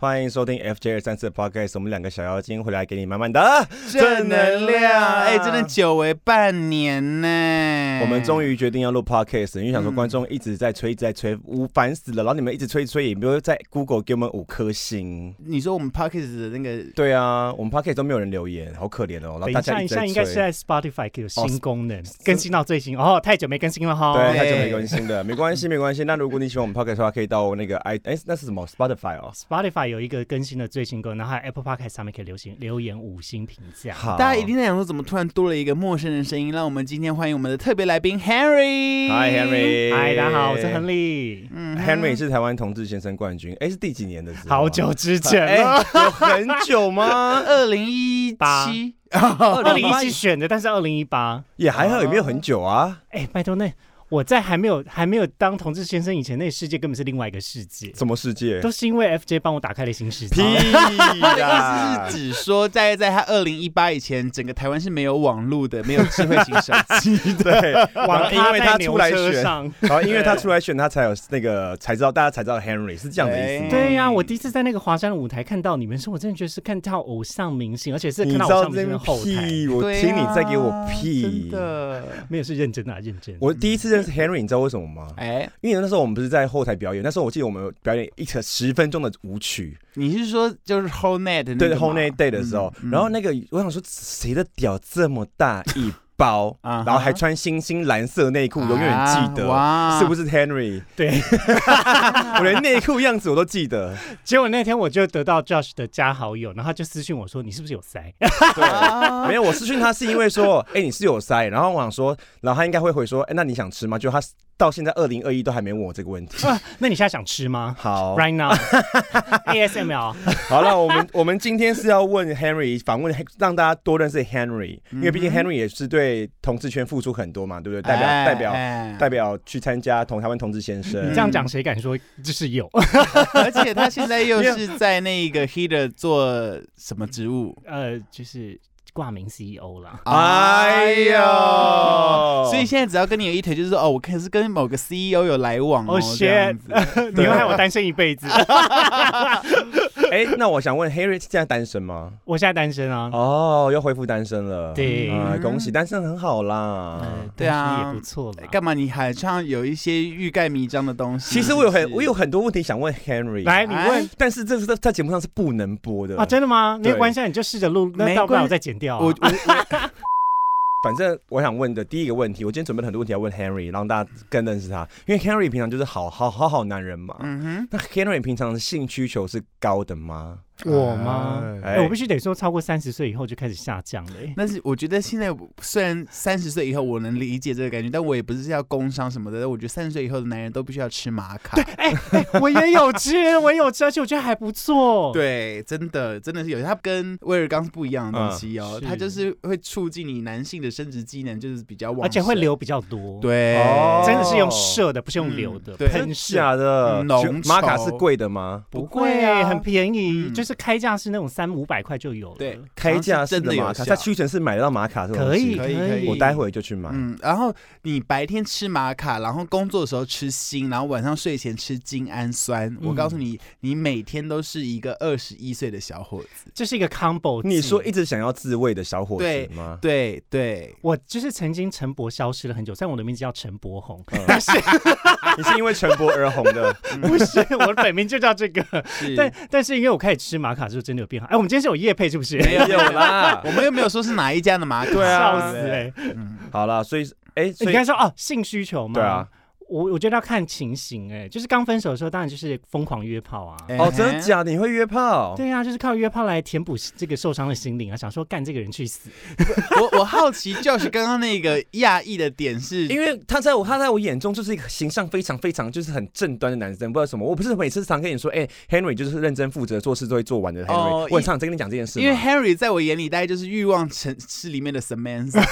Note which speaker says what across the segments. Speaker 1: 欢迎收听 FJ 二三四 Podcast，我们两个小妖精回来给你满满的
Speaker 2: 正能量，哎、真的久违半年呢、
Speaker 1: 我
Speaker 3: 哎
Speaker 1: 们终
Speaker 2: 于
Speaker 1: 于决定要录 podcast，因为
Speaker 3: 嗯
Speaker 1: 想说观众一直在催，一直在催，无烦死了。然后你们一直催催，也没有在 Google 给我们五颗星。
Speaker 2: 你说我们 Parkes 的那个
Speaker 1: 对啊，我们 podcast 都没有人留言，好可怜哦。然后
Speaker 3: 等
Speaker 1: 大
Speaker 3: 一
Speaker 1: 家
Speaker 3: 下，
Speaker 1: 一
Speaker 3: 你
Speaker 1: 直
Speaker 3: 现在
Speaker 1: 在
Speaker 3: 应该是
Speaker 1: 催。
Speaker 3: 在 Spotify 有新功能，更新到最新哦，太久没更新了哈。
Speaker 1: 对，
Speaker 2: 对
Speaker 1: 太久没更新的，没关 系，没关系。那如果你喜欢我们 podcast 的话，可以到那个 i 哎，那是什么 Spotify 哦。
Speaker 3: Spotify 有一个更新的最新功能，然后还有 Apple Podcast 上面可以留言留言五星评价。
Speaker 1: 好，
Speaker 2: 大家一定在想说，怎么突然多了一个陌生人声音？让我们今天欢迎我们的特别来宾 Henry。
Speaker 1: Hi Henry，
Speaker 3: 嗨，哎大家好，我是亨。利，
Speaker 2: 嗯哼
Speaker 1: Henry 是台湾同志先生冠军，哎，是第几年的时候啊？
Speaker 3: 好久之前
Speaker 1: 哎，
Speaker 3: 了，
Speaker 2: 啊
Speaker 1: 有很久吗？
Speaker 2: 二零一
Speaker 3: 八
Speaker 2: 七，
Speaker 3: 二零一七选的，但是二零一八，
Speaker 1: 也还好，也没有很久啊。
Speaker 3: 哎，拜托那我在还没有还没有当同志先生以前，那个世界根本是另外一个世界，
Speaker 1: 什么世界？
Speaker 3: 都是因为 FJ 帮我打开了新世
Speaker 1: 屁
Speaker 3: 界。
Speaker 2: 他的
Speaker 1: 啦
Speaker 2: 意！思是指说，在在他二零一八以前，整个台湾是没有网络的，没有智慧型手机的。
Speaker 1: 对，然后
Speaker 3: 网
Speaker 1: 因为他出来选，
Speaker 3: 上。
Speaker 1: 然后因为他出来选，他才有那个才知道，大家才知道 Henry 是这样的意思吗。
Speaker 3: 对呀、我第一次在那个华山的舞台看到你们，是我真的觉得是看到偶像明星，而且是
Speaker 1: 你
Speaker 3: 看
Speaker 1: 知
Speaker 3: 到偶
Speaker 1: 道
Speaker 3: 像明
Speaker 1: 这
Speaker 3: 星
Speaker 1: 个
Speaker 3: 的后台，
Speaker 1: 屁， 我听你在给我屁
Speaker 2: 啊真。的。
Speaker 3: 没有是认真的、啊，认真。
Speaker 1: 我第一次认识 Henry，你知道为什么吗？
Speaker 2: 哎，
Speaker 1: 因为那时候我们不是在后台表演，那时候我记得我们有表演一个十分钟的舞曲，
Speaker 2: 你是说就是 Whole Night 的那个
Speaker 1: 对
Speaker 2: 吗
Speaker 1: w h o l e Night Day 的时候，
Speaker 2: 嗯嗯嗯，
Speaker 1: 然后那个我想说谁的屌这么大一包
Speaker 2: 啊哈
Speaker 1: 然后还穿星星蓝色内裤，永远记得，
Speaker 2: 啊 哇
Speaker 1: 是不是 Henry？
Speaker 3: 对，
Speaker 1: 我连内裤样子我都记得。
Speaker 3: 结果那天我就得到 Josh 的加好友，然后他就私讯我说：“你是不是有塞哎
Speaker 2: 啊
Speaker 1: 没有，我私讯他是因为说， 哎、你是有塞，然后我想说，然后他应该会回说，哎、那你想吃吗？就他到现在二零二一都还没问我这个问题。？”
Speaker 3: 啊那你现在想吃吗
Speaker 1: 好，
Speaker 3: ？Right now, ASMR。
Speaker 1: 好了，我们我们今天是要问 Henry 访问，让大家多认识 Henry，因为毕竟
Speaker 2: 嗯哼
Speaker 1: Henry 也是对同志圈付出很多嘛，对不对？代表
Speaker 2: 哎
Speaker 1: 代表
Speaker 2: 哎
Speaker 1: 代表去参加同台湾同志先生，
Speaker 3: 你这样讲，谁敢说就 是有？
Speaker 2: 而且他现在又是在那个 Heater 做什么职务？
Speaker 3: 呃，就是挂名 CEO 啦。
Speaker 1: 哎呦
Speaker 2: 所以现在只要跟你有一腿，就是说哦，我可是跟某个 CEO 有来往哦，
Speaker 3: Oh
Speaker 2: 这样
Speaker 3: shit！
Speaker 2: 子。
Speaker 3: 你会害我单身一辈 子。
Speaker 1: 哎、那我想问 Henry 现在单身吗？
Speaker 3: 我现在单身啊。
Speaker 1: 哦，又恢复单身了，
Speaker 3: 对
Speaker 1: 啊恭
Speaker 2: 嗯
Speaker 1: 喜单身很好啦。
Speaker 3: 呃
Speaker 2: 对啊
Speaker 3: 单身也不错了。
Speaker 2: 干嘛？你好像有一些欲盖弥彰的东西。
Speaker 1: 其实我有很
Speaker 2: 是
Speaker 1: 我有很多问题想问 Henry，
Speaker 3: 来，你问
Speaker 2: 哎。
Speaker 1: 但是这是在在节目上是不能播的
Speaker 3: 啊，真的吗？没
Speaker 1: 对
Speaker 3: 有关系，啊，你就试着录，那
Speaker 2: 没
Speaker 3: 到不
Speaker 2: 关
Speaker 3: 了我再剪掉、啊。
Speaker 2: 我我
Speaker 1: 反正我想问的第一个问题，我今天准备了很多问题要问 Henry，让大家更认识他，因为 Henry 平常就是好好好好男人嘛。
Speaker 2: 嗯
Speaker 1: 那 Henry 平常的性需求是高的吗？
Speaker 3: 我吗？
Speaker 1: 哎
Speaker 3: 哎我必须得说，超过三十岁以后就开始下降了、欸。
Speaker 2: 但是我觉得现在我虽然三十岁以后我能理解这个感觉，但我也不是要工伤什么的。但我觉得三十岁以后的男人都必须要吃玛卡。
Speaker 3: 我也有吃，我也有吃，而且我觉得还不错。，
Speaker 2: 哎对，真的真的是有，它跟威尔刚是不一样的东西哦，
Speaker 3: 嗯
Speaker 2: 它
Speaker 3: 是
Speaker 2: 就是会促进你男性的生殖机能就是比较旺盛，
Speaker 3: 而且会流比较多。，
Speaker 2: 对，
Speaker 1: 哦
Speaker 3: 真的是用射的，不是用流的，
Speaker 2: 嗯对
Speaker 3: 喷射。
Speaker 1: 假的，
Speaker 2: 浓稠
Speaker 1: 就玛卡是贵的吗？
Speaker 2: 不
Speaker 3: 贵
Speaker 2: 贵啊
Speaker 3: 很便宜，
Speaker 2: 嗯
Speaker 3: 就是开价是那种三五百块就有了。
Speaker 2: 对，
Speaker 1: 开价
Speaker 2: 好像是
Speaker 1: 式
Speaker 2: 真的有
Speaker 1: 玛卡，
Speaker 2: 效
Speaker 1: 在屈臣氏买得到玛卡这种
Speaker 3: 可以
Speaker 1: 东西
Speaker 2: 可以可以
Speaker 1: 我待会就去买。
Speaker 2: 嗯，然后你白天吃玛卡，然后工作的时候吃锌，然后晚上睡前吃精氨酸。
Speaker 3: 嗯
Speaker 2: 我告诉你，你每天都是一个二十一岁的小伙子。
Speaker 3: 这是一个 combo 技。
Speaker 1: 你说一直想要自慰的小伙
Speaker 2: 对
Speaker 1: 子 吗？
Speaker 2: 对对，
Speaker 3: 我就是曾经陈博消失了很久，虽然我的名字叫陈博宏，
Speaker 1: 嗯
Speaker 3: 但是
Speaker 1: 你是因为陈博而红的，
Speaker 3: 不是我的本名就叫这个。
Speaker 2: 嗯是
Speaker 3: 但但是因为我开始吃玛卡之后，真的有变好。哎，我们今天是有夜配是不是？
Speaker 2: 没有
Speaker 1: 有啦
Speaker 2: 我。们又没有说是哪一家的玛卡。
Speaker 1: 对啊
Speaker 3: 笑死哎、欸！
Speaker 2: 嗯，
Speaker 1: 好啦，所以哎，所
Speaker 3: 你
Speaker 1: 以
Speaker 3: 刚才说哦，性需求嘛，
Speaker 1: 对啊，，
Speaker 3: 我我觉得要看情形哎、就是刚分手的时候，当然就是疯狂约炮啊。
Speaker 2: 哎
Speaker 1: 哦，真的假的？你会约炮？
Speaker 3: 对啊，就是靠约炮来填补这个受伤的心灵啊，想说干这个人去死。
Speaker 2: 我我好奇 Josh 刚刚那个讶异的点是，
Speaker 1: 因为他在我他在我眼中就是一个形象非常非常就是很正端的男生，不知道什么。我不是每次常跟你说，哎、h e n r y 就是认真负责，做事都会做完的 Henry、
Speaker 2: 哦
Speaker 1: 我很常在跟你讲这件事吗。
Speaker 2: 因为 Harry 在我眼里大概就是欲望城市 里面的 Samantha。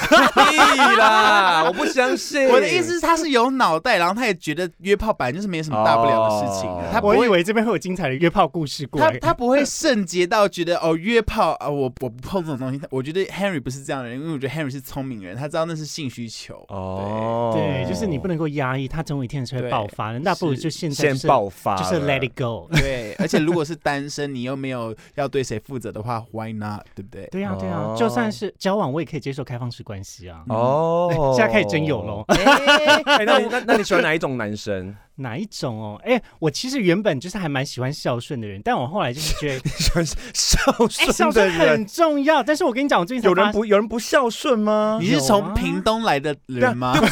Speaker 1: 屁啦，我不相信。
Speaker 2: 我的意思，是，他是有脑袋，然像他也觉得约炮本来就是没什么大不了的事情
Speaker 1: 哦
Speaker 2: 啊，他不
Speaker 3: 我以
Speaker 2: 会。
Speaker 3: 为这边会有精彩的约炮故事过欸
Speaker 2: 他
Speaker 3: 来，
Speaker 2: 他不会圣洁到觉得哦约炮啊、我我不碰这种东西。我觉得 Henry 不是这样的人，因为我觉得 Henry 是聪明人，他知道那是性需求。
Speaker 1: 哦，
Speaker 3: 对，就是你不能够压抑，他总有一天是会
Speaker 2: 对
Speaker 3: 爆发的。那不如
Speaker 2: 是
Speaker 3: 就现在
Speaker 1: 先
Speaker 3: 就是
Speaker 1: 爆发了，
Speaker 3: 就是 let it go。
Speaker 2: 对，而且如果是单身，你又没有要对谁负责的话，Why not？对不对？
Speaker 3: 对啊呀、对呀、
Speaker 1: 哦
Speaker 3: 就算是交往，我也可以接受开放式关系啊。，
Speaker 1: 哦
Speaker 3: 现在开始真有喽。，
Speaker 1: 哎，那你那那你喜欢哪一种男生？
Speaker 3: 哪一种哦？哎、我其实原本就是还蛮喜欢孝顺的人，但我后来就是觉 得，
Speaker 1: 喜欢
Speaker 3: 哎、
Speaker 1: 孝
Speaker 3: 孝
Speaker 1: 顺的
Speaker 3: 顺
Speaker 1: 人，
Speaker 3: 很重要。但是我跟你讲，我最近才
Speaker 1: 有人
Speaker 3: 发
Speaker 1: 不有人不孝顺吗
Speaker 2: 你？是
Speaker 3: 有
Speaker 2: 从
Speaker 3: 啊
Speaker 2: 屏东来的人吗？
Speaker 1: 啊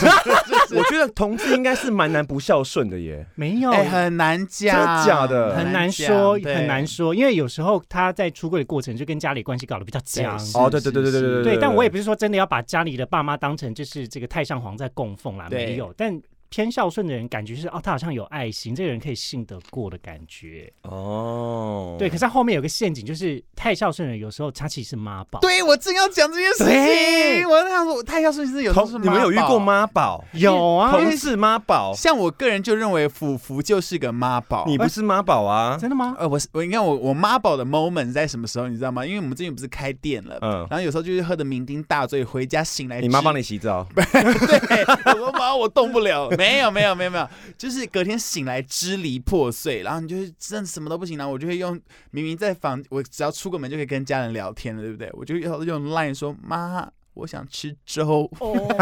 Speaker 1: 我觉得同志应该是蛮难不孝顺的耶。
Speaker 3: 没有、
Speaker 2: 哎、很难讲，
Speaker 1: 真的假的
Speaker 3: 很难说，
Speaker 2: 讲
Speaker 3: 很难。说，因为有时候他在出柜的过程就跟家里关系搞得比较
Speaker 2: 对
Speaker 3: 僵。
Speaker 1: 哦对对对对对对
Speaker 3: 对，但我也不是说真的要把家里的爸妈当成就是这个太上皇在供奉啦，
Speaker 2: 对
Speaker 3: 没有，但。偏孝顺的人，感觉是哦，他好像有爱心，这个人可以信得过的感觉。
Speaker 1: 哦，
Speaker 3: 对，可是他后面有个陷阱，就是太孝顺的人有时候他其实是妈宝。，
Speaker 2: 对，我正要讲这件事
Speaker 3: 对
Speaker 2: 情，我在想说，我太孝顺是有时候是
Speaker 1: 同你们有遇过
Speaker 2: 妈
Speaker 1: 妈
Speaker 2: 宝？
Speaker 1: 宝？
Speaker 3: 有啊，
Speaker 1: 同志妈宝，
Speaker 3: 哎
Speaker 2: 像我个人就认为福福就是个妈宝。
Speaker 1: 你不是妈宝啊？
Speaker 3: 真的吗？
Speaker 2: 呃，我是我你看我我妈宝的 moment 在什么时候，你知道吗？因为我们最近不是开店了，
Speaker 1: 嗯，
Speaker 2: 然后有时候就是喝的酩酊大醉，回家醒
Speaker 3: 哎
Speaker 2: 来，
Speaker 1: 你妈帮
Speaker 2: 你，
Speaker 1: 你洗澡，
Speaker 2: 对，我说妈，我动不了， 没有没有没有没有，就是隔天醒来支离破碎，然后你就是真的什么都不行，然后我就会用明明在房，我只要出个门就可以跟家人聊天了，对不对？我就要用 line 说妈。我想吃粥，
Speaker 3: 哦，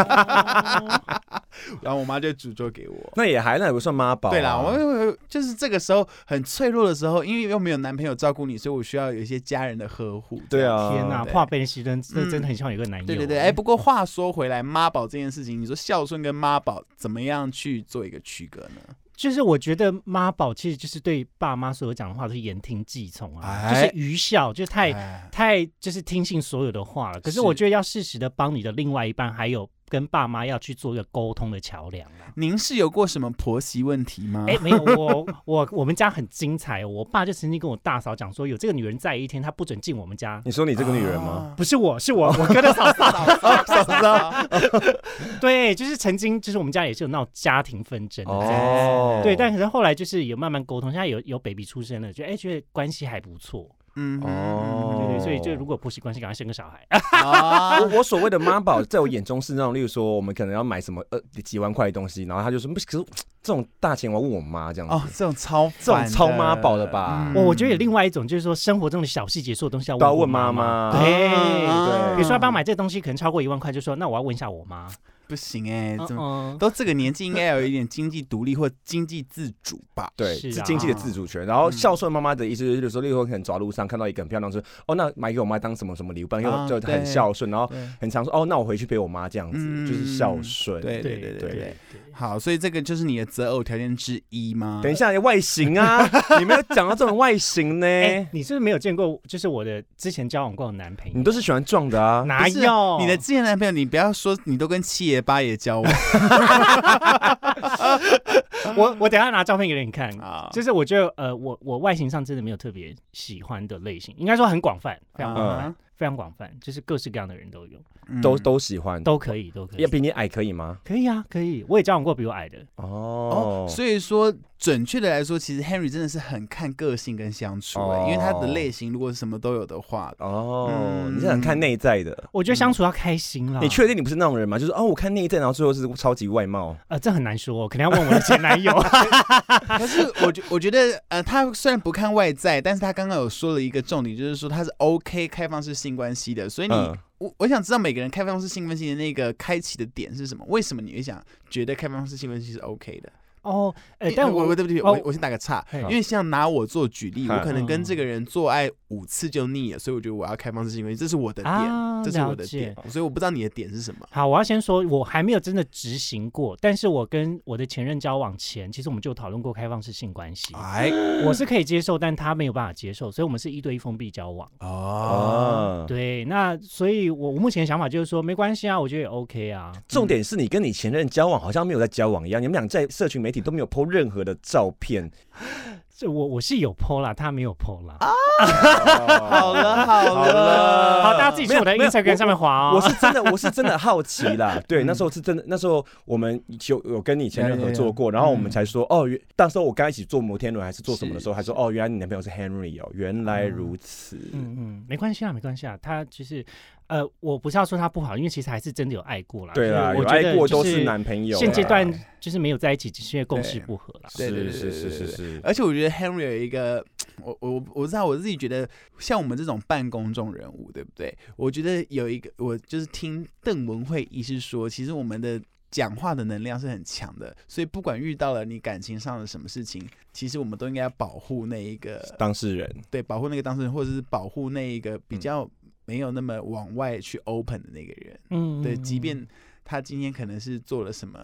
Speaker 2: 然后我妈就煮粥给我。
Speaker 1: 那也还那也不算妈宝啊。
Speaker 2: 对啦，我我我就是这个时候很脆弱的时候，因为又没有男朋友照顾你，所以我需要有一些家人的呵护。
Speaker 1: 对啊，
Speaker 3: 天哪，
Speaker 2: 对
Speaker 3: 怕被人牺牲，这
Speaker 2: 嗯
Speaker 3: 真的很像有个男友。
Speaker 2: 对对对，哎、不过话说回来，妈宝这件事情，你说孝顺跟妈宝怎么样去做一个区隔呢？
Speaker 3: 就是我觉得妈宝其实就是对爸妈所有讲的话都是言听计从啊，就
Speaker 2: 哎
Speaker 3: 是愚孝，就是太
Speaker 2: 哎，
Speaker 3: 太就是听信所有的话了。可是
Speaker 2: 是
Speaker 3: 我觉得要适时的帮你的另外一半，还有跟爸妈要去做一个沟通的桥梁啦。
Speaker 2: 您是有过什么婆媳问题吗？
Speaker 3: 哎、没有，我我我们家很精彩哦，我爸就曾经跟我大嫂讲说，有这个女人在一天，她不准进我们家。
Speaker 1: 你说你这个女人吗？
Speaker 3: 不是我，是我，我哥的嫂嫂。
Speaker 2: 啊？嫂嫂，
Speaker 3: 对，就是曾经，就是我们家也是有闹家庭纷争的这样子
Speaker 1: 哦，
Speaker 3: 啊对，但可是后来就是有慢慢沟通，现在有有 baby 出生了，就哎、觉得关系还不错，
Speaker 2: 嗯哼，
Speaker 1: 哦
Speaker 3: 对对，所以就如果婆媳关系，赶快生个小孩。啊、
Speaker 2: 啊
Speaker 1: 我我所谓的妈宝，在我眼中是那种，例如说我们可能要买什么呃几万块的东西，然后他就说，不是，可是这种大钱我要问我妈这样子。
Speaker 2: 哦，这种超
Speaker 1: 这种
Speaker 2: 烦
Speaker 1: 超
Speaker 2: 的嗯
Speaker 1: 妈宝的吧
Speaker 3: 我我觉得有另外一种，就是说生活中的小细节，所有东西要
Speaker 1: 都要问
Speaker 3: 问
Speaker 1: 妈
Speaker 3: 妈。
Speaker 1: 妈
Speaker 3: 对，
Speaker 2: 啊
Speaker 3: 比如说要帮我买这东西，可能超过一万块，就说那我要问一下我妈。
Speaker 2: 不行哎、
Speaker 3: 嗯
Speaker 2: 怎么、
Speaker 3: 嗯，
Speaker 2: 都这个年纪应该要有一点经济独立或经济自主吧？
Speaker 1: 对，
Speaker 3: 是
Speaker 1: 是
Speaker 3: 啊
Speaker 1: 经济的自主权。然
Speaker 2: 嗯
Speaker 1: 后孝顺妈妈的意思就是，有时候，例如说可能走在路上看到一个很漂亮的车，说哦，那买给我妈当什么什么礼物，不然
Speaker 2: 啊
Speaker 1: 就就很
Speaker 2: 对
Speaker 1: 孝顺。然后
Speaker 2: 对
Speaker 1: 很常说哦，那我回去陪我妈这样子，
Speaker 2: 嗯
Speaker 1: 就是孝顺。
Speaker 2: 对对
Speaker 3: 对
Speaker 2: 对
Speaker 3: 对
Speaker 2: 对对
Speaker 3: 对。
Speaker 2: 好，所以这个就是你的择偶条件之一吗？
Speaker 1: 等一下，外形 啊，你没有讲到这种外形呢，
Speaker 3: 哎、你是不是没有见过？就是我的之前交往过的男朋友，
Speaker 1: 你都是喜欢壮的啊。
Speaker 3: 哪
Speaker 2: 不是
Speaker 3: 有？
Speaker 2: 你 的之前男朋友，你不要说你都跟七爷八爷交往
Speaker 3: 我我等一下拿照片给你看。
Speaker 2: 啊，
Speaker 3: 就是我觉得，呃，我我外形上真的没有特别喜欢的类型，应该说很广泛，非常广泛，
Speaker 2: 啊
Speaker 3: 非常广泛，就是各式各样的人都有，
Speaker 2: 嗯
Speaker 1: 都都喜欢，
Speaker 3: 都可以，都可以
Speaker 1: 要。比你矮可以吗？
Speaker 3: 可以啊，可以。我也交往过比我矮的，
Speaker 1: 哦
Speaker 2: 哦，，所以说准确的来说，其实 Henry 真的是很看个性跟相处、欸
Speaker 1: 哦
Speaker 2: 因为他的类型如果是什么都有的话，
Speaker 1: 哦，
Speaker 2: 嗯啊
Speaker 1: 你是很看内在的。
Speaker 3: 我觉得相处要开心啦。
Speaker 1: 你确定你不是那种人吗？就是哦，我看内在，然后最后是超级外貌。
Speaker 3: 呃，这很难说，可能要问我的前男友。
Speaker 2: 可是我觉我觉得呃，他虽然不看外在，但是他刚刚有说了一个重点，就是说他是 OK 开放式性关系的，所以你、
Speaker 1: 嗯
Speaker 2: 我我想知道每个人开放式性关系的那个开启的点是什么？为什么你会想觉得开放式性关系是 OK 的？
Speaker 3: 哦，呃
Speaker 2: 因，
Speaker 3: 但
Speaker 2: 我
Speaker 3: 我
Speaker 2: 对不起，
Speaker 3: 哦
Speaker 2: 我我先打个岔，
Speaker 3: 嘿
Speaker 2: 因为像拿我做举例，
Speaker 1: 嗯
Speaker 2: 我可能跟这个人做爱五次就腻了，所以我觉得我要开放式性关系，这是我的
Speaker 3: 啊
Speaker 2: 点，这是我的
Speaker 3: 了解
Speaker 2: 点，哦所以我不知道你的点是什么。
Speaker 3: 好，我要先说，我还没有真的执行过，但是我跟我的前任交往前，其实我们就有讨论过开放式性关系，
Speaker 2: 哎，
Speaker 3: 我是可以接受，但他没有办法接受，所以我们是一对一封闭交往。
Speaker 2: 哦，
Speaker 1: 哦，
Speaker 3: 对，那所以我我目前的想法就是说，没关系啊，我觉得也 OK 啊。
Speaker 1: 重点是你跟你前任交往好像没有在交往一样，你们俩在社群媒体都没有 PO 任何的照片，
Speaker 3: 这我我是有 PO 啦，他没有 PO 啦。
Speaker 2: 好了好了
Speaker 3: 好了，好，大家自己去我的
Speaker 1: 没有没有
Speaker 3: Instagram 上面滑哦。
Speaker 1: 我是真的，我是真的好奇啦。对，那时候是真的，那时候我们有有跟你前任合作过，然后我们才说，哦，原到时候我刚一起坐摩天轮还是做什么的时候，还说，哦，原来你男朋友是 Henry 哦，原来如此。
Speaker 3: 嗯嗯，没关系啊，没关系啊。他其实，呃，我不是要说他不好，因为其实还是真的有爱过啦。
Speaker 1: 对啦，有
Speaker 3: 就是我觉
Speaker 1: 爱
Speaker 3: 得
Speaker 1: 过都
Speaker 3: 就
Speaker 1: 是男朋友啦。
Speaker 3: 现阶段就是没有在一起，只是因为共识
Speaker 2: 对
Speaker 3: 不合啦。
Speaker 2: 对对
Speaker 1: 是是
Speaker 2: 对对
Speaker 1: 是
Speaker 2: 对
Speaker 1: 是
Speaker 2: 对
Speaker 1: 是，
Speaker 2: 而且我觉得 Henry 有一个，我我我知道我自己觉得，像我们这种半公众人物，对不对？我觉得有一个，我就是听邓文慧医师说，其实我们的讲话的能量是很强的，所以不管遇到了你感情上的什么事情，其实我们都应该要保护那一个，
Speaker 1: 当事人。
Speaker 2: 对，保护那个当事人，或者是保护那一个比较没有那么往外去 open 的那个人。
Speaker 3: 嗯，嗯
Speaker 2: 对，
Speaker 3: 嗯
Speaker 2: 即便他今天可能是做了什么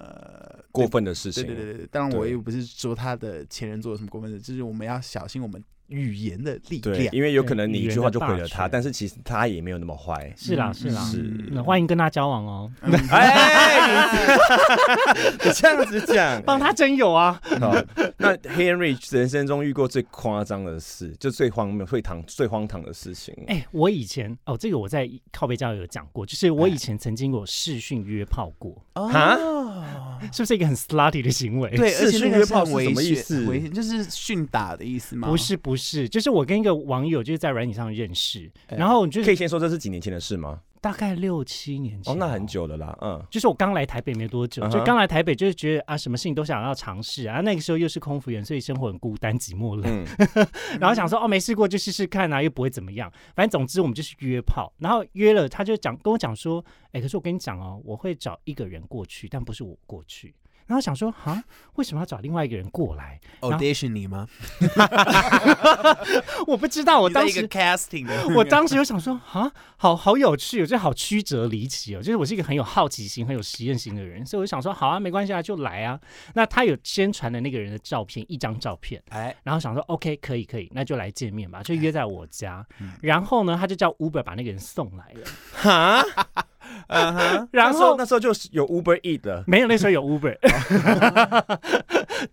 Speaker 1: 过分的事
Speaker 2: 对
Speaker 1: 情，
Speaker 2: 对对对，当然我
Speaker 1: 对
Speaker 2: 又不是说他的前任做了什么过分的，就是我们要小心我们语言的力
Speaker 1: 对，
Speaker 2: 量。
Speaker 1: 因为有可能
Speaker 3: 对
Speaker 1: 你一
Speaker 3: 语言
Speaker 1: 句话
Speaker 3: 的
Speaker 1: 就毁了
Speaker 3: 霸
Speaker 1: 他，
Speaker 3: 权
Speaker 1: 但是其实他也没有那么坏。
Speaker 3: 是啦
Speaker 2: 嗯
Speaker 3: 是啦，
Speaker 1: 是
Speaker 3: 嗯欢迎跟他交往哦，
Speaker 2: 嗯
Speaker 1: 哎， 你你这样子讲，
Speaker 3: 帮他真有啊。
Speaker 1: 好，那 Henry 人生中遇过最夸张的事，就最荒谬、最唐、最荒唐的事情。
Speaker 3: 哎、我以前哦，这个我在靠背教有讲过，就是
Speaker 1: 哎
Speaker 3: 我以前曾经有视讯约炮过，
Speaker 2: 哦，
Speaker 3: 是不是一个很 slutty 的行为？
Speaker 2: 对，而
Speaker 1: 视
Speaker 2: 且
Speaker 1: 讯
Speaker 2: 那
Speaker 1: 约
Speaker 2: 个是
Speaker 1: 炮
Speaker 2: 很
Speaker 1: 是
Speaker 2: 危
Speaker 1: 什么意
Speaker 2: 险
Speaker 1: 思
Speaker 2: 危险就是训打的意思吗？
Speaker 3: 不，是不是，就是我跟一个网友就是在软体上认识，
Speaker 2: 哎
Speaker 3: 然后我就
Speaker 1: 可
Speaker 3: 是
Speaker 1: 以先说这是几年前的事吗？
Speaker 3: 大概六七年前
Speaker 1: 哦，那很。久了啦，嗯，
Speaker 3: 就是我刚来台北没多久
Speaker 1: 嗯哼
Speaker 3: 就刚来台北就是觉得啊，什么事情都想要尝试啊。那个时候又是空服员，所以生活很孤单寂寞冷，
Speaker 1: 嗯，
Speaker 3: 然后想说哦没试过就试试看啊，又不会怎么样。反正总之我们就是约炮，然后约了他就讲跟我讲说，哎，可是我跟你讲哦，我会找一个人过去，但不是我过去。然后想说啊，为什么要找另外一个人过来？
Speaker 1: 哦
Speaker 2: audition 你吗？
Speaker 3: 我不知道，我
Speaker 2: 你在
Speaker 3: 当
Speaker 2: 一个
Speaker 3: 时
Speaker 2: casting，的
Speaker 3: 我当时就想说啊，好好有趣哦，这好曲折离奇哦。就是我是一个很有好奇心、很有实验心的人，所以我就想说，好啊，没关系啊，就来啊。那他有先传的那个人的照片，一张照片，
Speaker 2: 哎，
Speaker 3: 然后想说 OK，可以可以，那就来见面吧，就约在我家。
Speaker 1: 哎
Speaker 2: 嗯
Speaker 3: 然后呢，他就叫 Uber 把那个人送来了。
Speaker 1: 哈，啊
Speaker 2: 嗯哼，
Speaker 3: 然
Speaker 1: 那时候
Speaker 3: 后
Speaker 1: 那时候就是有 Uber Eat 了，
Speaker 3: 没有，那时候 有 Uber。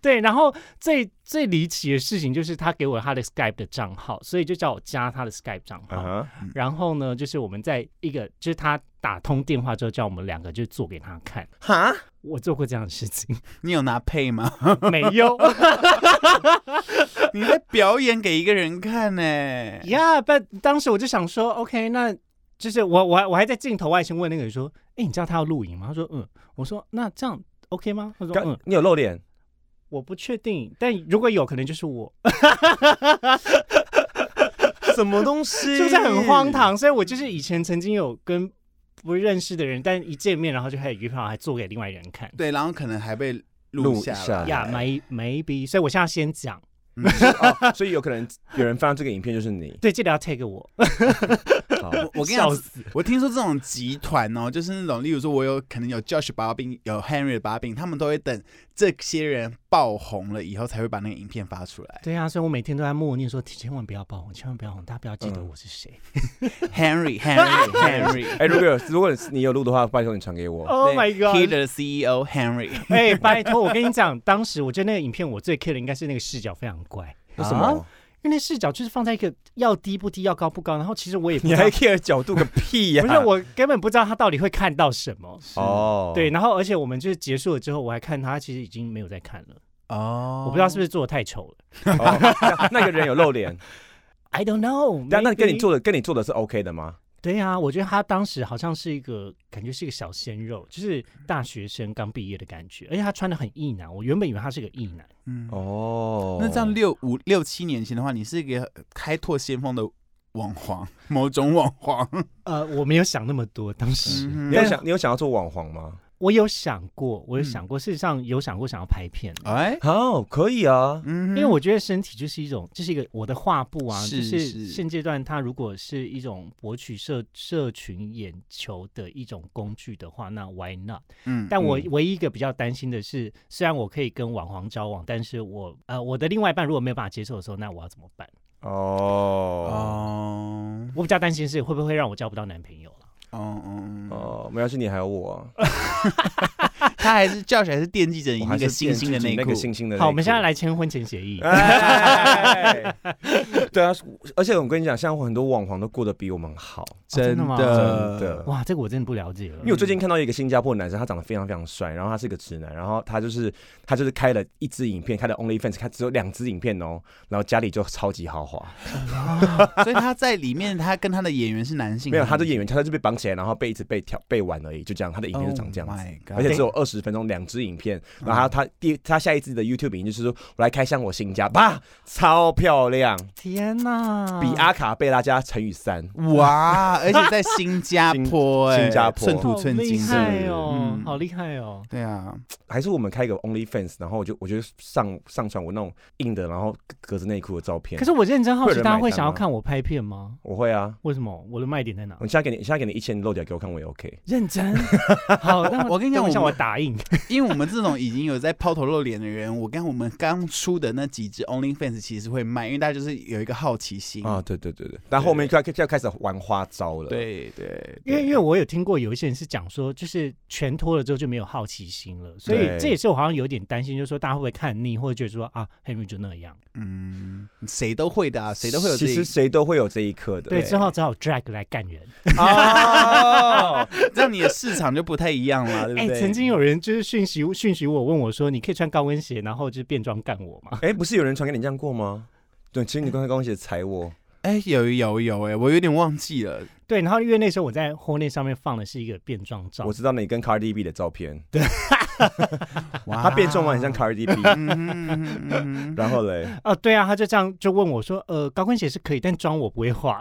Speaker 3: 对，然后最最离奇的事情就是他给我他的 Skype 的账号，所以就叫我加他的 Skype 账号。
Speaker 1: 啊
Speaker 3: 然后呢，就是我们在一个，就是他打通电话之后，叫我们两个就做给他看。
Speaker 1: 哈，
Speaker 3: 我做过这样的事情，
Speaker 2: 你有拿配吗？
Speaker 3: 没 有
Speaker 2: 你在表演给一个人看 呢？
Speaker 3: 呀？但、当时我就想说，OK，那就是我我还我还在镜头外先问那个人说，哎，你知道他要录影吗？他说，嗯。我说，那这样 OK 吗？他说，
Speaker 1: 刚
Speaker 3: 嗯，
Speaker 1: 你有露脸，
Speaker 3: 我不确定，但如果有可能就是我，
Speaker 1: 什么东 西？
Speaker 3: 是不是很荒？唐？啊所以我就是以前曾经有跟不认识的人，但一见面然后就开始约炮，还做给另外一个人看。
Speaker 2: 对，然后可能还被
Speaker 1: 录
Speaker 2: 下
Speaker 1: 下
Speaker 2: 来
Speaker 3: 呀、m a y maybe，所以我现在要先讲，
Speaker 2: 嗯
Speaker 1: 哦所以有可能有人放这个影片就是你。
Speaker 3: 对，记得要 take 我，
Speaker 1: 好，
Speaker 2: 嗯我我跟你
Speaker 3: 笑
Speaker 2: 讲，
Speaker 3: 死。
Speaker 2: 我听说这种集团哦，就是那种，例如说，我有可能有 Josh 把柄，有 Henry 把柄，他们都会等这些人爆红了以后，才会把那个影片发出 来。
Speaker 3: 对啊，所以我每天都在默念说，千万不要爆红，千万不要红，大家不要记得
Speaker 1: 嗯
Speaker 3: 我是谁。
Speaker 2: Henry Henry Henry
Speaker 1: 哎，如果有如果你有录的话，拜托你传给我。
Speaker 3: oh my
Speaker 1: 啊
Speaker 2: He
Speaker 3: god！
Speaker 2: 的 CEO E Henry，
Speaker 3: 哎、拜托，我跟你讲，当时我觉得那个影片我最 care 的应该是那个视角非常怪，
Speaker 1: 为什么？
Speaker 3: 因为那视角就是放在一个要低不低，要高不高，然后其实我也不
Speaker 1: 你
Speaker 3: 知道
Speaker 1: 还 care 角度个屁呀？
Speaker 3: 不是我根本不知道他到底会看到什么。
Speaker 1: 哦，
Speaker 3: 对，然后而且我们就是结束了之后，我还看他其实已经没有在看了，
Speaker 2: 哦
Speaker 3: 我不知道是不是做的太丑了。
Speaker 1: 哦，那那个人有露 脸，
Speaker 3: I don't know
Speaker 1: 但那跟你
Speaker 3: maybe
Speaker 1: 做的跟你做的是 OK 的吗？
Speaker 3: 对啊，我觉得他当时好像是一个感觉是一个小鲜肉，就是大学生刚毕业的感觉，而且他穿的很异男，我原本以为他是个异男。
Speaker 2: 嗯
Speaker 1: 哦，
Speaker 2: 那这样六五六七年前的话，你是一个开拓先锋的网黄，某种网 黄。
Speaker 3: 呃，我没有想那么多，当时、
Speaker 2: 嗯
Speaker 1: 你有想你有想要做网红吗？
Speaker 3: 我有想过，我有想过，事实上有想过想要拍片的，
Speaker 2: 哎，
Speaker 1: 好，可以啊。
Speaker 2: 嗯哼，
Speaker 3: 因为我觉得身体就是一种，这、是一个我的画布啊，
Speaker 2: 是
Speaker 3: 就是
Speaker 2: 是
Speaker 3: 现阶段它如果是一种博取社社群眼球的一种工具的话，那 why not？
Speaker 2: 嗯
Speaker 3: 但我
Speaker 1: 嗯
Speaker 3: 唯一一个比较担心的是，虽然我可以跟网黄交往，但是我呃我的另外一半如果没有办法接受的时候，那我要怎么办？
Speaker 1: 哦
Speaker 2: 哦
Speaker 3: 我比较担心是会不会让我交不到男朋友了。
Speaker 2: 哦哦，
Speaker 1: 哦，没关系，你还有我啊。
Speaker 2: 他还是 Josh 还是惦记着你
Speaker 1: 我
Speaker 2: 那
Speaker 1: 还是
Speaker 2: 个星星的
Speaker 1: 惦记
Speaker 2: 内
Speaker 1: 那
Speaker 2: 裤
Speaker 1: 个。星星的内裤。
Speaker 3: 好，我们现在来签婚前协议。
Speaker 1: 哎。对啊，而且我跟你讲，像很多网黄都过得比我们好，
Speaker 3: 真的吗
Speaker 1: 真
Speaker 2: 哦的
Speaker 1: 的。
Speaker 3: 哇，这个我真的不了解了
Speaker 1: 因为。我最
Speaker 2: 嗯
Speaker 1: 近看到一个新加坡男生，他长得非常非常帅，然后他是个直男，然后他就是他就是开了一支影片，开了 OnlyFans，他只有两支影片哦，然后家里就超级豪华，
Speaker 2: 所以他在里面，他跟他的演员是男性，
Speaker 1: 没有他的演员，他就被绑起来，然后被一直被挑被玩而已，就这样，他的
Speaker 2: Oh
Speaker 1: 影片就长这样子。
Speaker 2: 子
Speaker 1: 而且只有二十分钟，两支影片，然后他他第他下一次的 YouTube 影片就是说，我来开箱我新家，吧，超漂亮，
Speaker 3: 天哪，
Speaker 1: 比阿卡贝拉加乘以三，
Speaker 2: 哇，而且在新加坡，哎，
Speaker 1: 新加坡
Speaker 2: 寸土寸金的，
Speaker 3: 好厉害哦
Speaker 2: 嗯，
Speaker 3: 好厉害哦。
Speaker 2: 对啊，
Speaker 1: 还是我们开一个 OnlyFans，然后我就我就上上传我那种硬的，然后格子内裤的照片。
Speaker 3: 可是我认真好
Speaker 1: 会有
Speaker 3: 奇，
Speaker 1: 人
Speaker 3: 大家
Speaker 1: 买
Speaker 3: 会
Speaker 1: 单
Speaker 3: 想要
Speaker 1: 吗
Speaker 3: 看我拍片吗？
Speaker 1: 我会啊，
Speaker 3: 为什么？我的卖点在哪
Speaker 1: 我？现在给你现在给你一千漏掉给我看，我也 OK。
Speaker 3: 认真。 好，那
Speaker 2: 我跟你讲
Speaker 3: 等一下
Speaker 2: 我
Speaker 3: 我
Speaker 2: 们
Speaker 3: 打印。
Speaker 2: 因为我们这种已经有在抛头露脸的人，我跟我们刚出的那几只 OnlyFans 其实会卖，因为大家就是有一个好奇心。
Speaker 1: 啊，对对对对，但后面就要就要开始玩花招了。，
Speaker 2: 对对，
Speaker 3: 因为因为
Speaker 2: 为
Speaker 3: 我有听过有一些人是讲说，就是全脱了之后就没有好奇心了，所以
Speaker 1: 对
Speaker 3: 这也是我好像有点担心，就是说大家会不会看腻，或者觉得说啊，Henry 就那样，
Speaker 2: 嗯，谁都会的、啊，谁都会有这
Speaker 1: 其
Speaker 2: 一
Speaker 1: 实谁都会有这一刻的。
Speaker 3: 对，之后只好 drag 来干人。
Speaker 1: 哦，
Speaker 2: 这样你的市场就不太一样了，对不
Speaker 3: 哎、
Speaker 2: 对？
Speaker 3: 曾经有人就是讯息讯息我，问我说，你可以穿高跟鞋，然后就是变装干我吗？
Speaker 1: 哎，不是有人传给你这样过吗？对，其实你刚才刚写踩我，
Speaker 2: 哎、有有有哎、我有点忘记了，
Speaker 3: 对，然后因为那时候我在 h o n e 上面放的是一个变装照
Speaker 1: 我，知道你跟 Cardi B 的照片，
Speaker 2: 哇
Speaker 1: 他变装完很像
Speaker 3: 啊
Speaker 1: Cardi B，
Speaker 2: 嗯哼嗯哼嗯
Speaker 1: 然后嘞，
Speaker 3: 哦、对啊，他就这样就问我说，呃，高跟鞋是可以，但装我不会画。，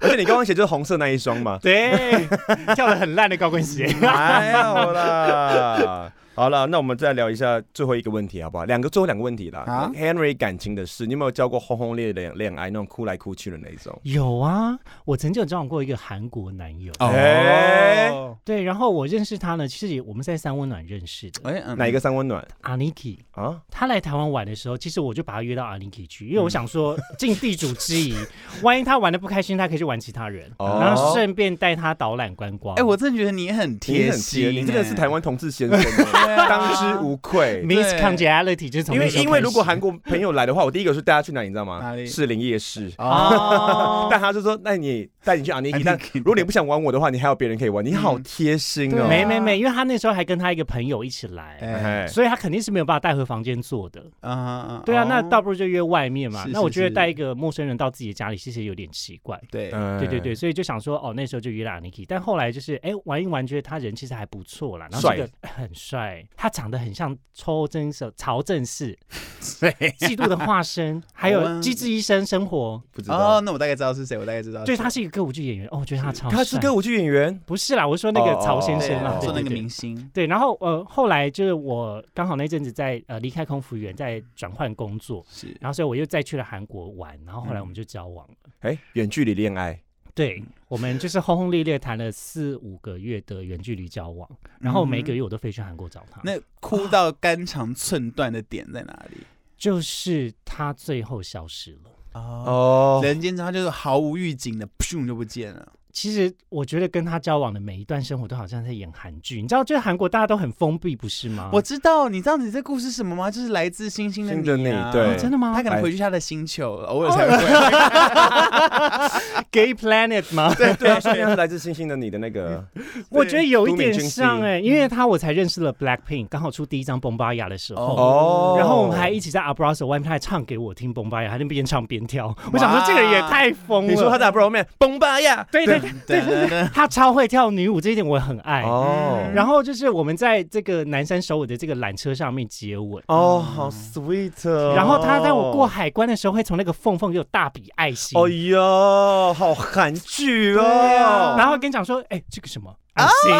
Speaker 1: 而且你刚刚写就是红色那一双嘛
Speaker 3: 对，跳的很烂的高跟鞋。
Speaker 1: 还有啦。好了，那我们再聊一下最后一个问题好不好？两个最后两个问题啦。
Speaker 2: 啊
Speaker 1: Henry 感情的事，你有没有交过轰轰烈烈的恋爱，那种哭来哭去的那一种？
Speaker 3: 有啊，我曾经有交往过一个韩国男友，
Speaker 2: 哼
Speaker 1: 哎
Speaker 2: 哦，
Speaker 3: 对，然后我认识他呢，其实也我们在三温暖认识的。
Speaker 2: 哎、嗯
Speaker 1: 哪一个三温暖
Speaker 3: 阿尼基，
Speaker 1: 啊？
Speaker 3: 他来台湾玩的时候，其实我就把他约到阿尼基去，因为我想说尽地主之谊，万一他玩的不开心，他可以去玩其他人，
Speaker 1: 哦
Speaker 3: 然后顺便带他导览观光。
Speaker 2: 哎、我真的觉得你很
Speaker 1: 你
Speaker 2: 贴
Speaker 1: 很
Speaker 2: 心、欸
Speaker 1: 贴，你真的是台湾同志先生
Speaker 2: 哎，
Speaker 1: 欸，
Speaker 2: 对啊
Speaker 1: 当之无愧。
Speaker 3: Miss
Speaker 2: 对
Speaker 3: Congeniality 就是从
Speaker 1: 因为
Speaker 3: 那时候
Speaker 1: 因为
Speaker 3: 开始
Speaker 1: 如果韩国朋友来的话，我第一个是带他去哪里，你知道吗
Speaker 2: 哪里？
Speaker 1: 士林夜市。
Speaker 3: 哦
Speaker 1: 但他就说：“那你带你去阿尼基，但
Speaker 2: Aniki
Speaker 1: 如果你不想玩我的话，你还有别人可以玩。你好
Speaker 3: 嗯
Speaker 1: 贴心
Speaker 2: 对
Speaker 1: 哦。
Speaker 3: 没没没，因为他那时候还跟他一个朋友一起来，
Speaker 2: 哎
Speaker 1: 哎，
Speaker 3: 所以他肯定是没有办法带回房间坐的。
Speaker 2: 啊
Speaker 3: 对啊，那
Speaker 2: 哦
Speaker 3: 倒不如就约外面嘛
Speaker 2: 是。
Speaker 3: 那
Speaker 2: 是
Speaker 3: 我觉得
Speaker 2: 是
Speaker 3: 带一个陌生人到自己的家里，其实有点奇怪。
Speaker 2: 对，
Speaker 1: 嗯
Speaker 3: 对对对，，所以就想说，哦，那时候就约了 Niki，但后来就是，哎，玩一玩，觉得他人其实还不错啦，然后这个哦很帅，他长得很像抽真手曹正奭，嫉妒的 化身，还有
Speaker 2: 哇
Speaker 1: 啊
Speaker 3: 《机智医生生活
Speaker 1: 不知
Speaker 2: 哦，
Speaker 1: 道。
Speaker 2: 那我大概知道是谁，我大概知道谁，》，
Speaker 3: 对，他是一个歌舞剧演员，哦，我觉得他超帅，
Speaker 1: 啊他是歌舞剧演员，
Speaker 3: 不是啦，我是说那个
Speaker 1: 哦
Speaker 3: 曹先
Speaker 2: 对
Speaker 3: 生
Speaker 1: 啊
Speaker 3: 啦，
Speaker 1: 哦
Speaker 3: 对
Speaker 2: 做那
Speaker 3: 对
Speaker 2: 个
Speaker 3: 对
Speaker 2: 明星，
Speaker 3: 对，然后呃，后来就是我刚好那阵子在呃离开空服员，在转换工作，
Speaker 2: 是
Speaker 3: 然后所以我又再去了韩国玩，然后后来
Speaker 1: 嗯
Speaker 3: 我们就交往了。
Speaker 1: 哎，远距离恋爱，
Speaker 3: 对我们就是轰轰烈烈谈了四五个月的远距离交往，然后每一个
Speaker 2: 嗯
Speaker 3: 月我都飞去韩国找他。
Speaker 2: 那哭到肝肠寸断的点在哪里？
Speaker 3: 就是他最后消失了。
Speaker 2: 哦，
Speaker 1: 哦，
Speaker 2: 人间之后他就是毫无预警的，咻就不见了。
Speaker 3: 其实我觉得跟他交往的每一段生活都好像在演韩剧，你知道，就是韩国大家都很封闭，不是
Speaker 1: 哦
Speaker 3: 吗？
Speaker 2: 我知道，你知道你这故事是什么吗？就是来自星星的
Speaker 1: 星的
Speaker 2: 你啊，
Speaker 1: 你对
Speaker 3: 哦真哦的吗
Speaker 2: 他可能回去他的星球，偶尔才会。
Speaker 3: 哦 ？Gay Planet 吗？
Speaker 1: 对对啊，说明他是来自星星的你的那个，
Speaker 3: 嗯我觉得有一
Speaker 1: 都敏
Speaker 3: 点
Speaker 1: 俊熙
Speaker 3: 像哎、因为他我才认识了 Blackpink，刚好出第一张《崩巴雅》的时候。
Speaker 1: 嗯哦
Speaker 3: 然后我们还一起在 Abrazo 外面，他还唱给我听《崩巴雅》，还能边唱边跳。我想说，这个人也太疯了。
Speaker 1: 啊你说他在 Bro 面崩吧呀？
Speaker 3: 对对对对对对，他超会跳女舞，这一点我很爱。
Speaker 1: 哦
Speaker 3: 哎嗯然后就是我们在这个南山首尔的这个缆车上面接吻，
Speaker 1: 哦，好 sweet 哦。
Speaker 3: 然后他带我过海关的时候，会从那个缝缝给我大笔爱心，
Speaker 1: 哎呦，好韩剧哦！
Speaker 3: 啊然后跟你讲说，哎，这个什么爱心。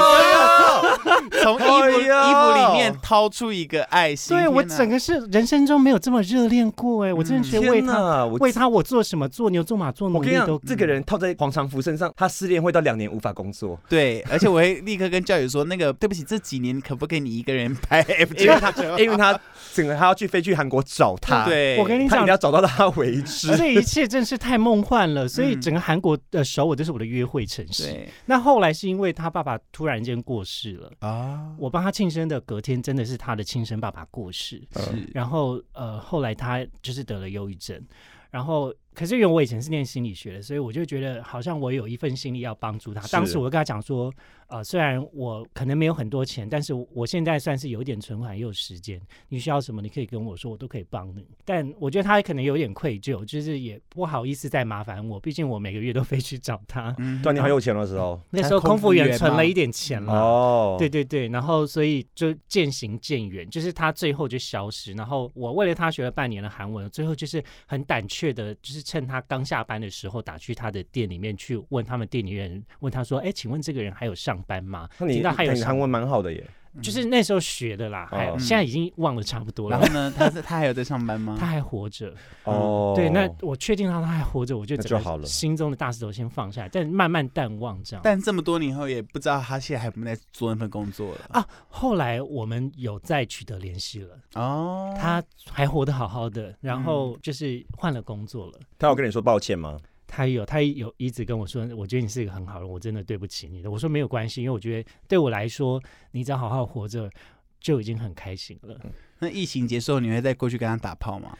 Speaker 2: 从衣服
Speaker 1: 哎
Speaker 2: 衣
Speaker 1: 呦
Speaker 2: 服里面掏出一个爱心，
Speaker 3: 对我
Speaker 2: 天哪
Speaker 3: 整个是人生中没有这么热恋过哎，我真的觉得
Speaker 1: 嗯
Speaker 3: 为
Speaker 1: 天
Speaker 3: 他
Speaker 1: 哪，我
Speaker 3: 为他我做什么做牛做马做
Speaker 1: 我
Speaker 3: 努
Speaker 1: 跟你
Speaker 3: 力
Speaker 1: 讲
Speaker 3: 都，
Speaker 1: 这个人套在黄长福身上，他失恋会到两年无法工 作，
Speaker 2: 对，而且我会立刻跟教友说，那个对不起，这几年可不可以你一个人拍 F
Speaker 1: 因
Speaker 2: J？
Speaker 1: 为他 因为他整个他要去飞去韩国找他，，
Speaker 2: 对，
Speaker 3: 我跟你
Speaker 1: 他一
Speaker 3: 讲
Speaker 1: 定要找到他为止。
Speaker 3: 这一切真是太梦幻了，所以
Speaker 2: 嗯
Speaker 3: 整个韩国的首尔就是我的约会城市。
Speaker 2: 对，
Speaker 3: 那后来是因为他爸爸爸突然间过世了，
Speaker 2: 啊，
Speaker 3: 我帮他庆生的隔天真的是他的亲生爸爸过世，
Speaker 2: 是
Speaker 3: 然后呃，后来他就是得了忧郁症，然后可是因为我以前是念心理学的，所以我就觉得好像我有一份心力要帮助他。
Speaker 1: 是
Speaker 3: 当时我就跟他讲说，呃，虽然我可能没有很多钱，但是我现在算是有一点存款，也有时间，你需要什么你可以跟我说，我都可以帮你。但我觉得他可能有点愧疚，就是也不好意思再麻烦我，毕竟我每个月都飞去找他。
Speaker 2: 嗯
Speaker 1: 对，你很有钱的哦时候
Speaker 3: 那时候空服员存了一点钱了，
Speaker 1: 哦，
Speaker 3: 对，对对，然后所以就渐行渐远，就是他最后就消失。然后我为了他学了半年的韩文，最后就是很胆怯的，就是趁他刚下班的时候打去他的店里面去问他们店里人，问他说：“哎，请问这个人还有上班吗？”
Speaker 1: 那你
Speaker 3: 听到还有
Speaker 1: 你韩
Speaker 3: 上，
Speaker 1: 文蛮好的耶，
Speaker 3: 就是那时候学的啦，还有
Speaker 1: 哦嗯
Speaker 3: 现在已经忘了差不多
Speaker 2: 然
Speaker 3: 了。
Speaker 2: 后呢，他是他还有在上班吗？
Speaker 3: 他还活着，
Speaker 1: 哦，
Speaker 3: 嗯对，那我确定他他还活着，我就
Speaker 1: 那就
Speaker 3: 整
Speaker 1: 好了
Speaker 3: 个心中的大石头先放下来，但慢慢淡忘这样。
Speaker 2: 但这么多年后也不知道他现在还有没有在做那份工作了。
Speaker 3: 啊，后来我们有再取得联系了。
Speaker 2: 哦，
Speaker 3: 他还活得好好
Speaker 1: 嗯
Speaker 3: 的，然后就是换了工作了。
Speaker 1: 他有跟你说抱歉吗？
Speaker 3: 他有，他有一直跟我说，我觉得你是一个很好人，我真的对不起你的。我说没有关系，因为我觉得对我来说，你只要好好活着就已经很开心了。
Speaker 1: 嗯
Speaker 2: 那疫情结束，你会再过去跟他打炮吗？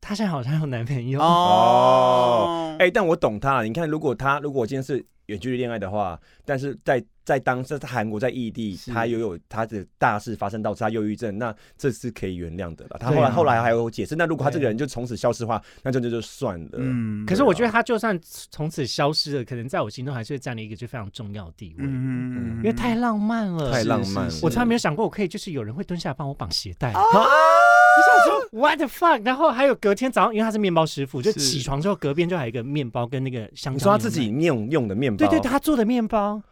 Speaker 3: 他现在好像有男朋友，
Speaker 1: 哦
Speaker 2: 哦，
Speaker 1: 哎、但我懂他。你看，如果他如果我今天是远距离恋爱的话，但是在在当在韩国在异地，
Speaker 2: 是
Speaker 1: 他又有他的大事发生导致他忧郁症，那这是可以原谅的了。他
Speaker 3: 对
Speaker 1: 后来、
Speaker 3: 啊
Speaker 1: 后来还有解释。那如果他这个
Speaker 3: 对
Speaker 1: 人就从此消失的话，那就就就算了。
Speaker 2: 嗯
Speaker 3: 可是
Speaker 1: 对啊
Speaker 3: 我觉得他就算从此消失了，可能在我心中还是会占了一个就非常重要的地位，
Speaker 2: 嗯
Speaker 3: 因为太浪漫了。
Speaker 1: 太浪漫了
Speaker 2: 是是是
Speaker 3: 我从来没有想过，我可以就是有人会蹲下来帮我绑鞋带。
Speaker 1: 啊，
Speaker 3: 我想说 what the fuck，然后还有隔天早上，因为他是面包师傅，就是起床之后隔边就还有一个面包跟那个香蕉。
Speaker 1: 你说他自己用用的面包，
Speaker 3: 对对，他做的面包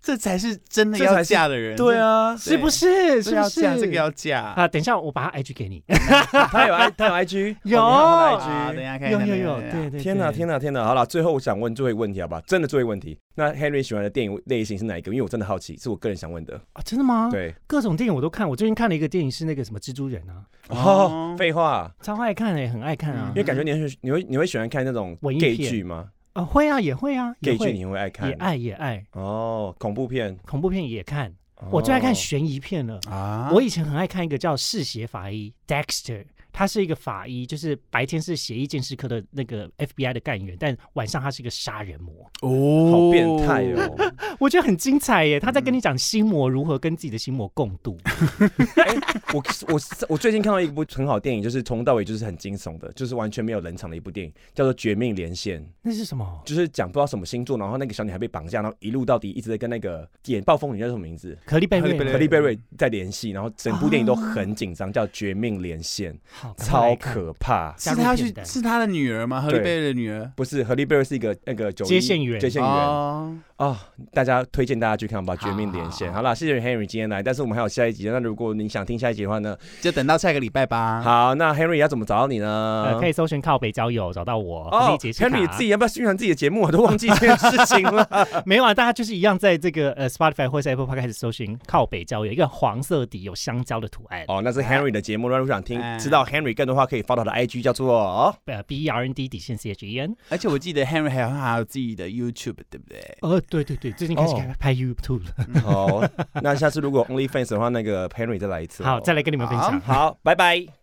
Speaker 2: 这才是真的
Speaker 1: 这才
Speaker 2: 要
Speaker 1: 是
Speaker 2: 嫁的人，
Speaker 1: 对，啊，
Speaker 3: 是不是？
Speaker 2: 这
Speaker 3: 是
Speaker 2: 要
Speaker 3: 不是？
Speaker 2: 嫁这个要嫁，
Speaker 3: 啊，等一下，我把他 IG 给你。
Speaker 1: 他有 I 他有 IG，
Speaker 3: 有
Speaker 1: 哦你还有他
Speaker 2: 啊等一
Speaker 1: 的 IG。
Speaker 2: 下看一 下，
Speaker 3: 有有
Speaker 2: 等一下
Speaker 3: 有，
Speaker 2: 等一下
Speaker 3: 对对。
Speaker 1: 天哪，
Speaker 3: 哪
Speaker 1: 天
Speaker 3: 哪！
Speaker 1: 哪，天哪！好了，最后我想问最后一个问题，好吧？真的最后一个问题。那 Henry 喜欢的电影类型是哪一个？因为我真的好奇，是我个人想问的。
Speaker 3: 啊，真的吗？，
Speaker 1: 对，
Speaker 3: 各种电影我都看。我最近看了一个电影是那个什么蜘蛛人啊，
Speaker 1: 哦， 废话，
Speaker 3: 超爱看诶，很爱看啊
Speaker 1: 嗯因为。感觉你很喜你会你会喜欢看那种
Speaker 3: 文艺
Speaker 1: gay
Speaker 3: 片
Speaker 1: 剧吗
Speaker 3: 啊，会啊，也会啊，也
Speaker 1: ？gay 剧
Speaker 3: 会，
Speaker 1: 你会爱看？
Speaker 3: 也爱也爱，
Speaker 1: 哦，恐怖片。
Speaker 3: 恐怖片也看。我最爱看
Speaker 1: 哦
Speaker 3: 悬疑片了。
Speaker 2: 啊
Speaker 3: 我以前很爱看一个叫《嗜血法医》（Dexter），他是一个法医，就是白天是血液鉴识科的那个 FBI 的干员，但晚上他是一个杀人魔。
Speaker 2: 哦
Speaker 1: 好变态，哦！
Speaker 3: 我觉得很精彩耶！他在跟你讲心魔如何跟自己的心魔共度。
Speaker 1: 我我我最近看到一部很好的电影，就是从头到尾就是很惊悚的，就是完全没有冷场的一部电影，叫做《绝命连线》，
Speaker 3: 那是什么？
Speaker 1: 就是讲不知道什么星座，然后那个小女孩被绑架，然后一路到底一直在跟那个演暴风女叫什么名字？
Speaker 3: 可丽贝
Speaker 2: 可丽贝
Speaker 3: 瑞
Speaker 2: 瑞
Speaker 1: 克利贝瑞在联系，然后整部电影都很紧 张，叫《绝命连线》，
Speaker 3: 好
Speaker 1: 超。可怕。
Speaker 3: 加
Speaker 2: 是
Speaker 3: 入
Speaker 2: 他要
Speaker 3: 片
Speaker 2: 去
Speaker 3: 单
Speaker 2: 是他的女儿吗？何丽贝的女儿。
Speaker 1: 不是，何利贝瑞是一个那个九一
Speaker 3: 接线员
Speaker 1: 接线员啊、
Speaker 2: 哦，
Speaker 1: 大家推荐大家去看吧，《绝命连线》。
Speaker 2: 好
Speaker 1: 好啦，谢谢 Henry 今天来，但是我们还有下一集。那如果你想听下一集的话呢，
Speaker 2: 就等到下个礼拜吧。
Speaker 1: 好，那 Henry 要怎么找到你呢？
Speaker 3: 呃，可以搜寻靠北交友找到我，
Speaker 1: 哦
Speaker 3: 丽杰西卡
Speaker 1: ，Henry 自己要不要宣传自己的节目？我都忘记这件事情了。
Speaker 3: 没有啊，大家就是一样，在这个呃 Spotify 或是 Apple Podcast 搜寻靠北交友，一个黄色底有香蕉的图案，
Speaker 1: 哦，那是 Henry 的节目。如果想听
Speaker 2: 哎
Speaker 1: 知道 Henry 更多的话，可以 follow 他的 IG 叫做 哦
Speaker 3: 呃 B E R N D 底线 C H E N。
Speaker 2: 而且我记得 Henry 还有还有自己的 YouTube，对不对？
Speaker 3: 呃，对对对，最近开始
Speaker 1: 哦
Speaker 3: 开拍 YouTube 了。
Speaker 1: 好，那下次如果 OnlyFans 的话，那个 Henry 再来一次哦。
Speaker 3: 好，再来跟你们分享。
Speaker 1: 好，拜拜。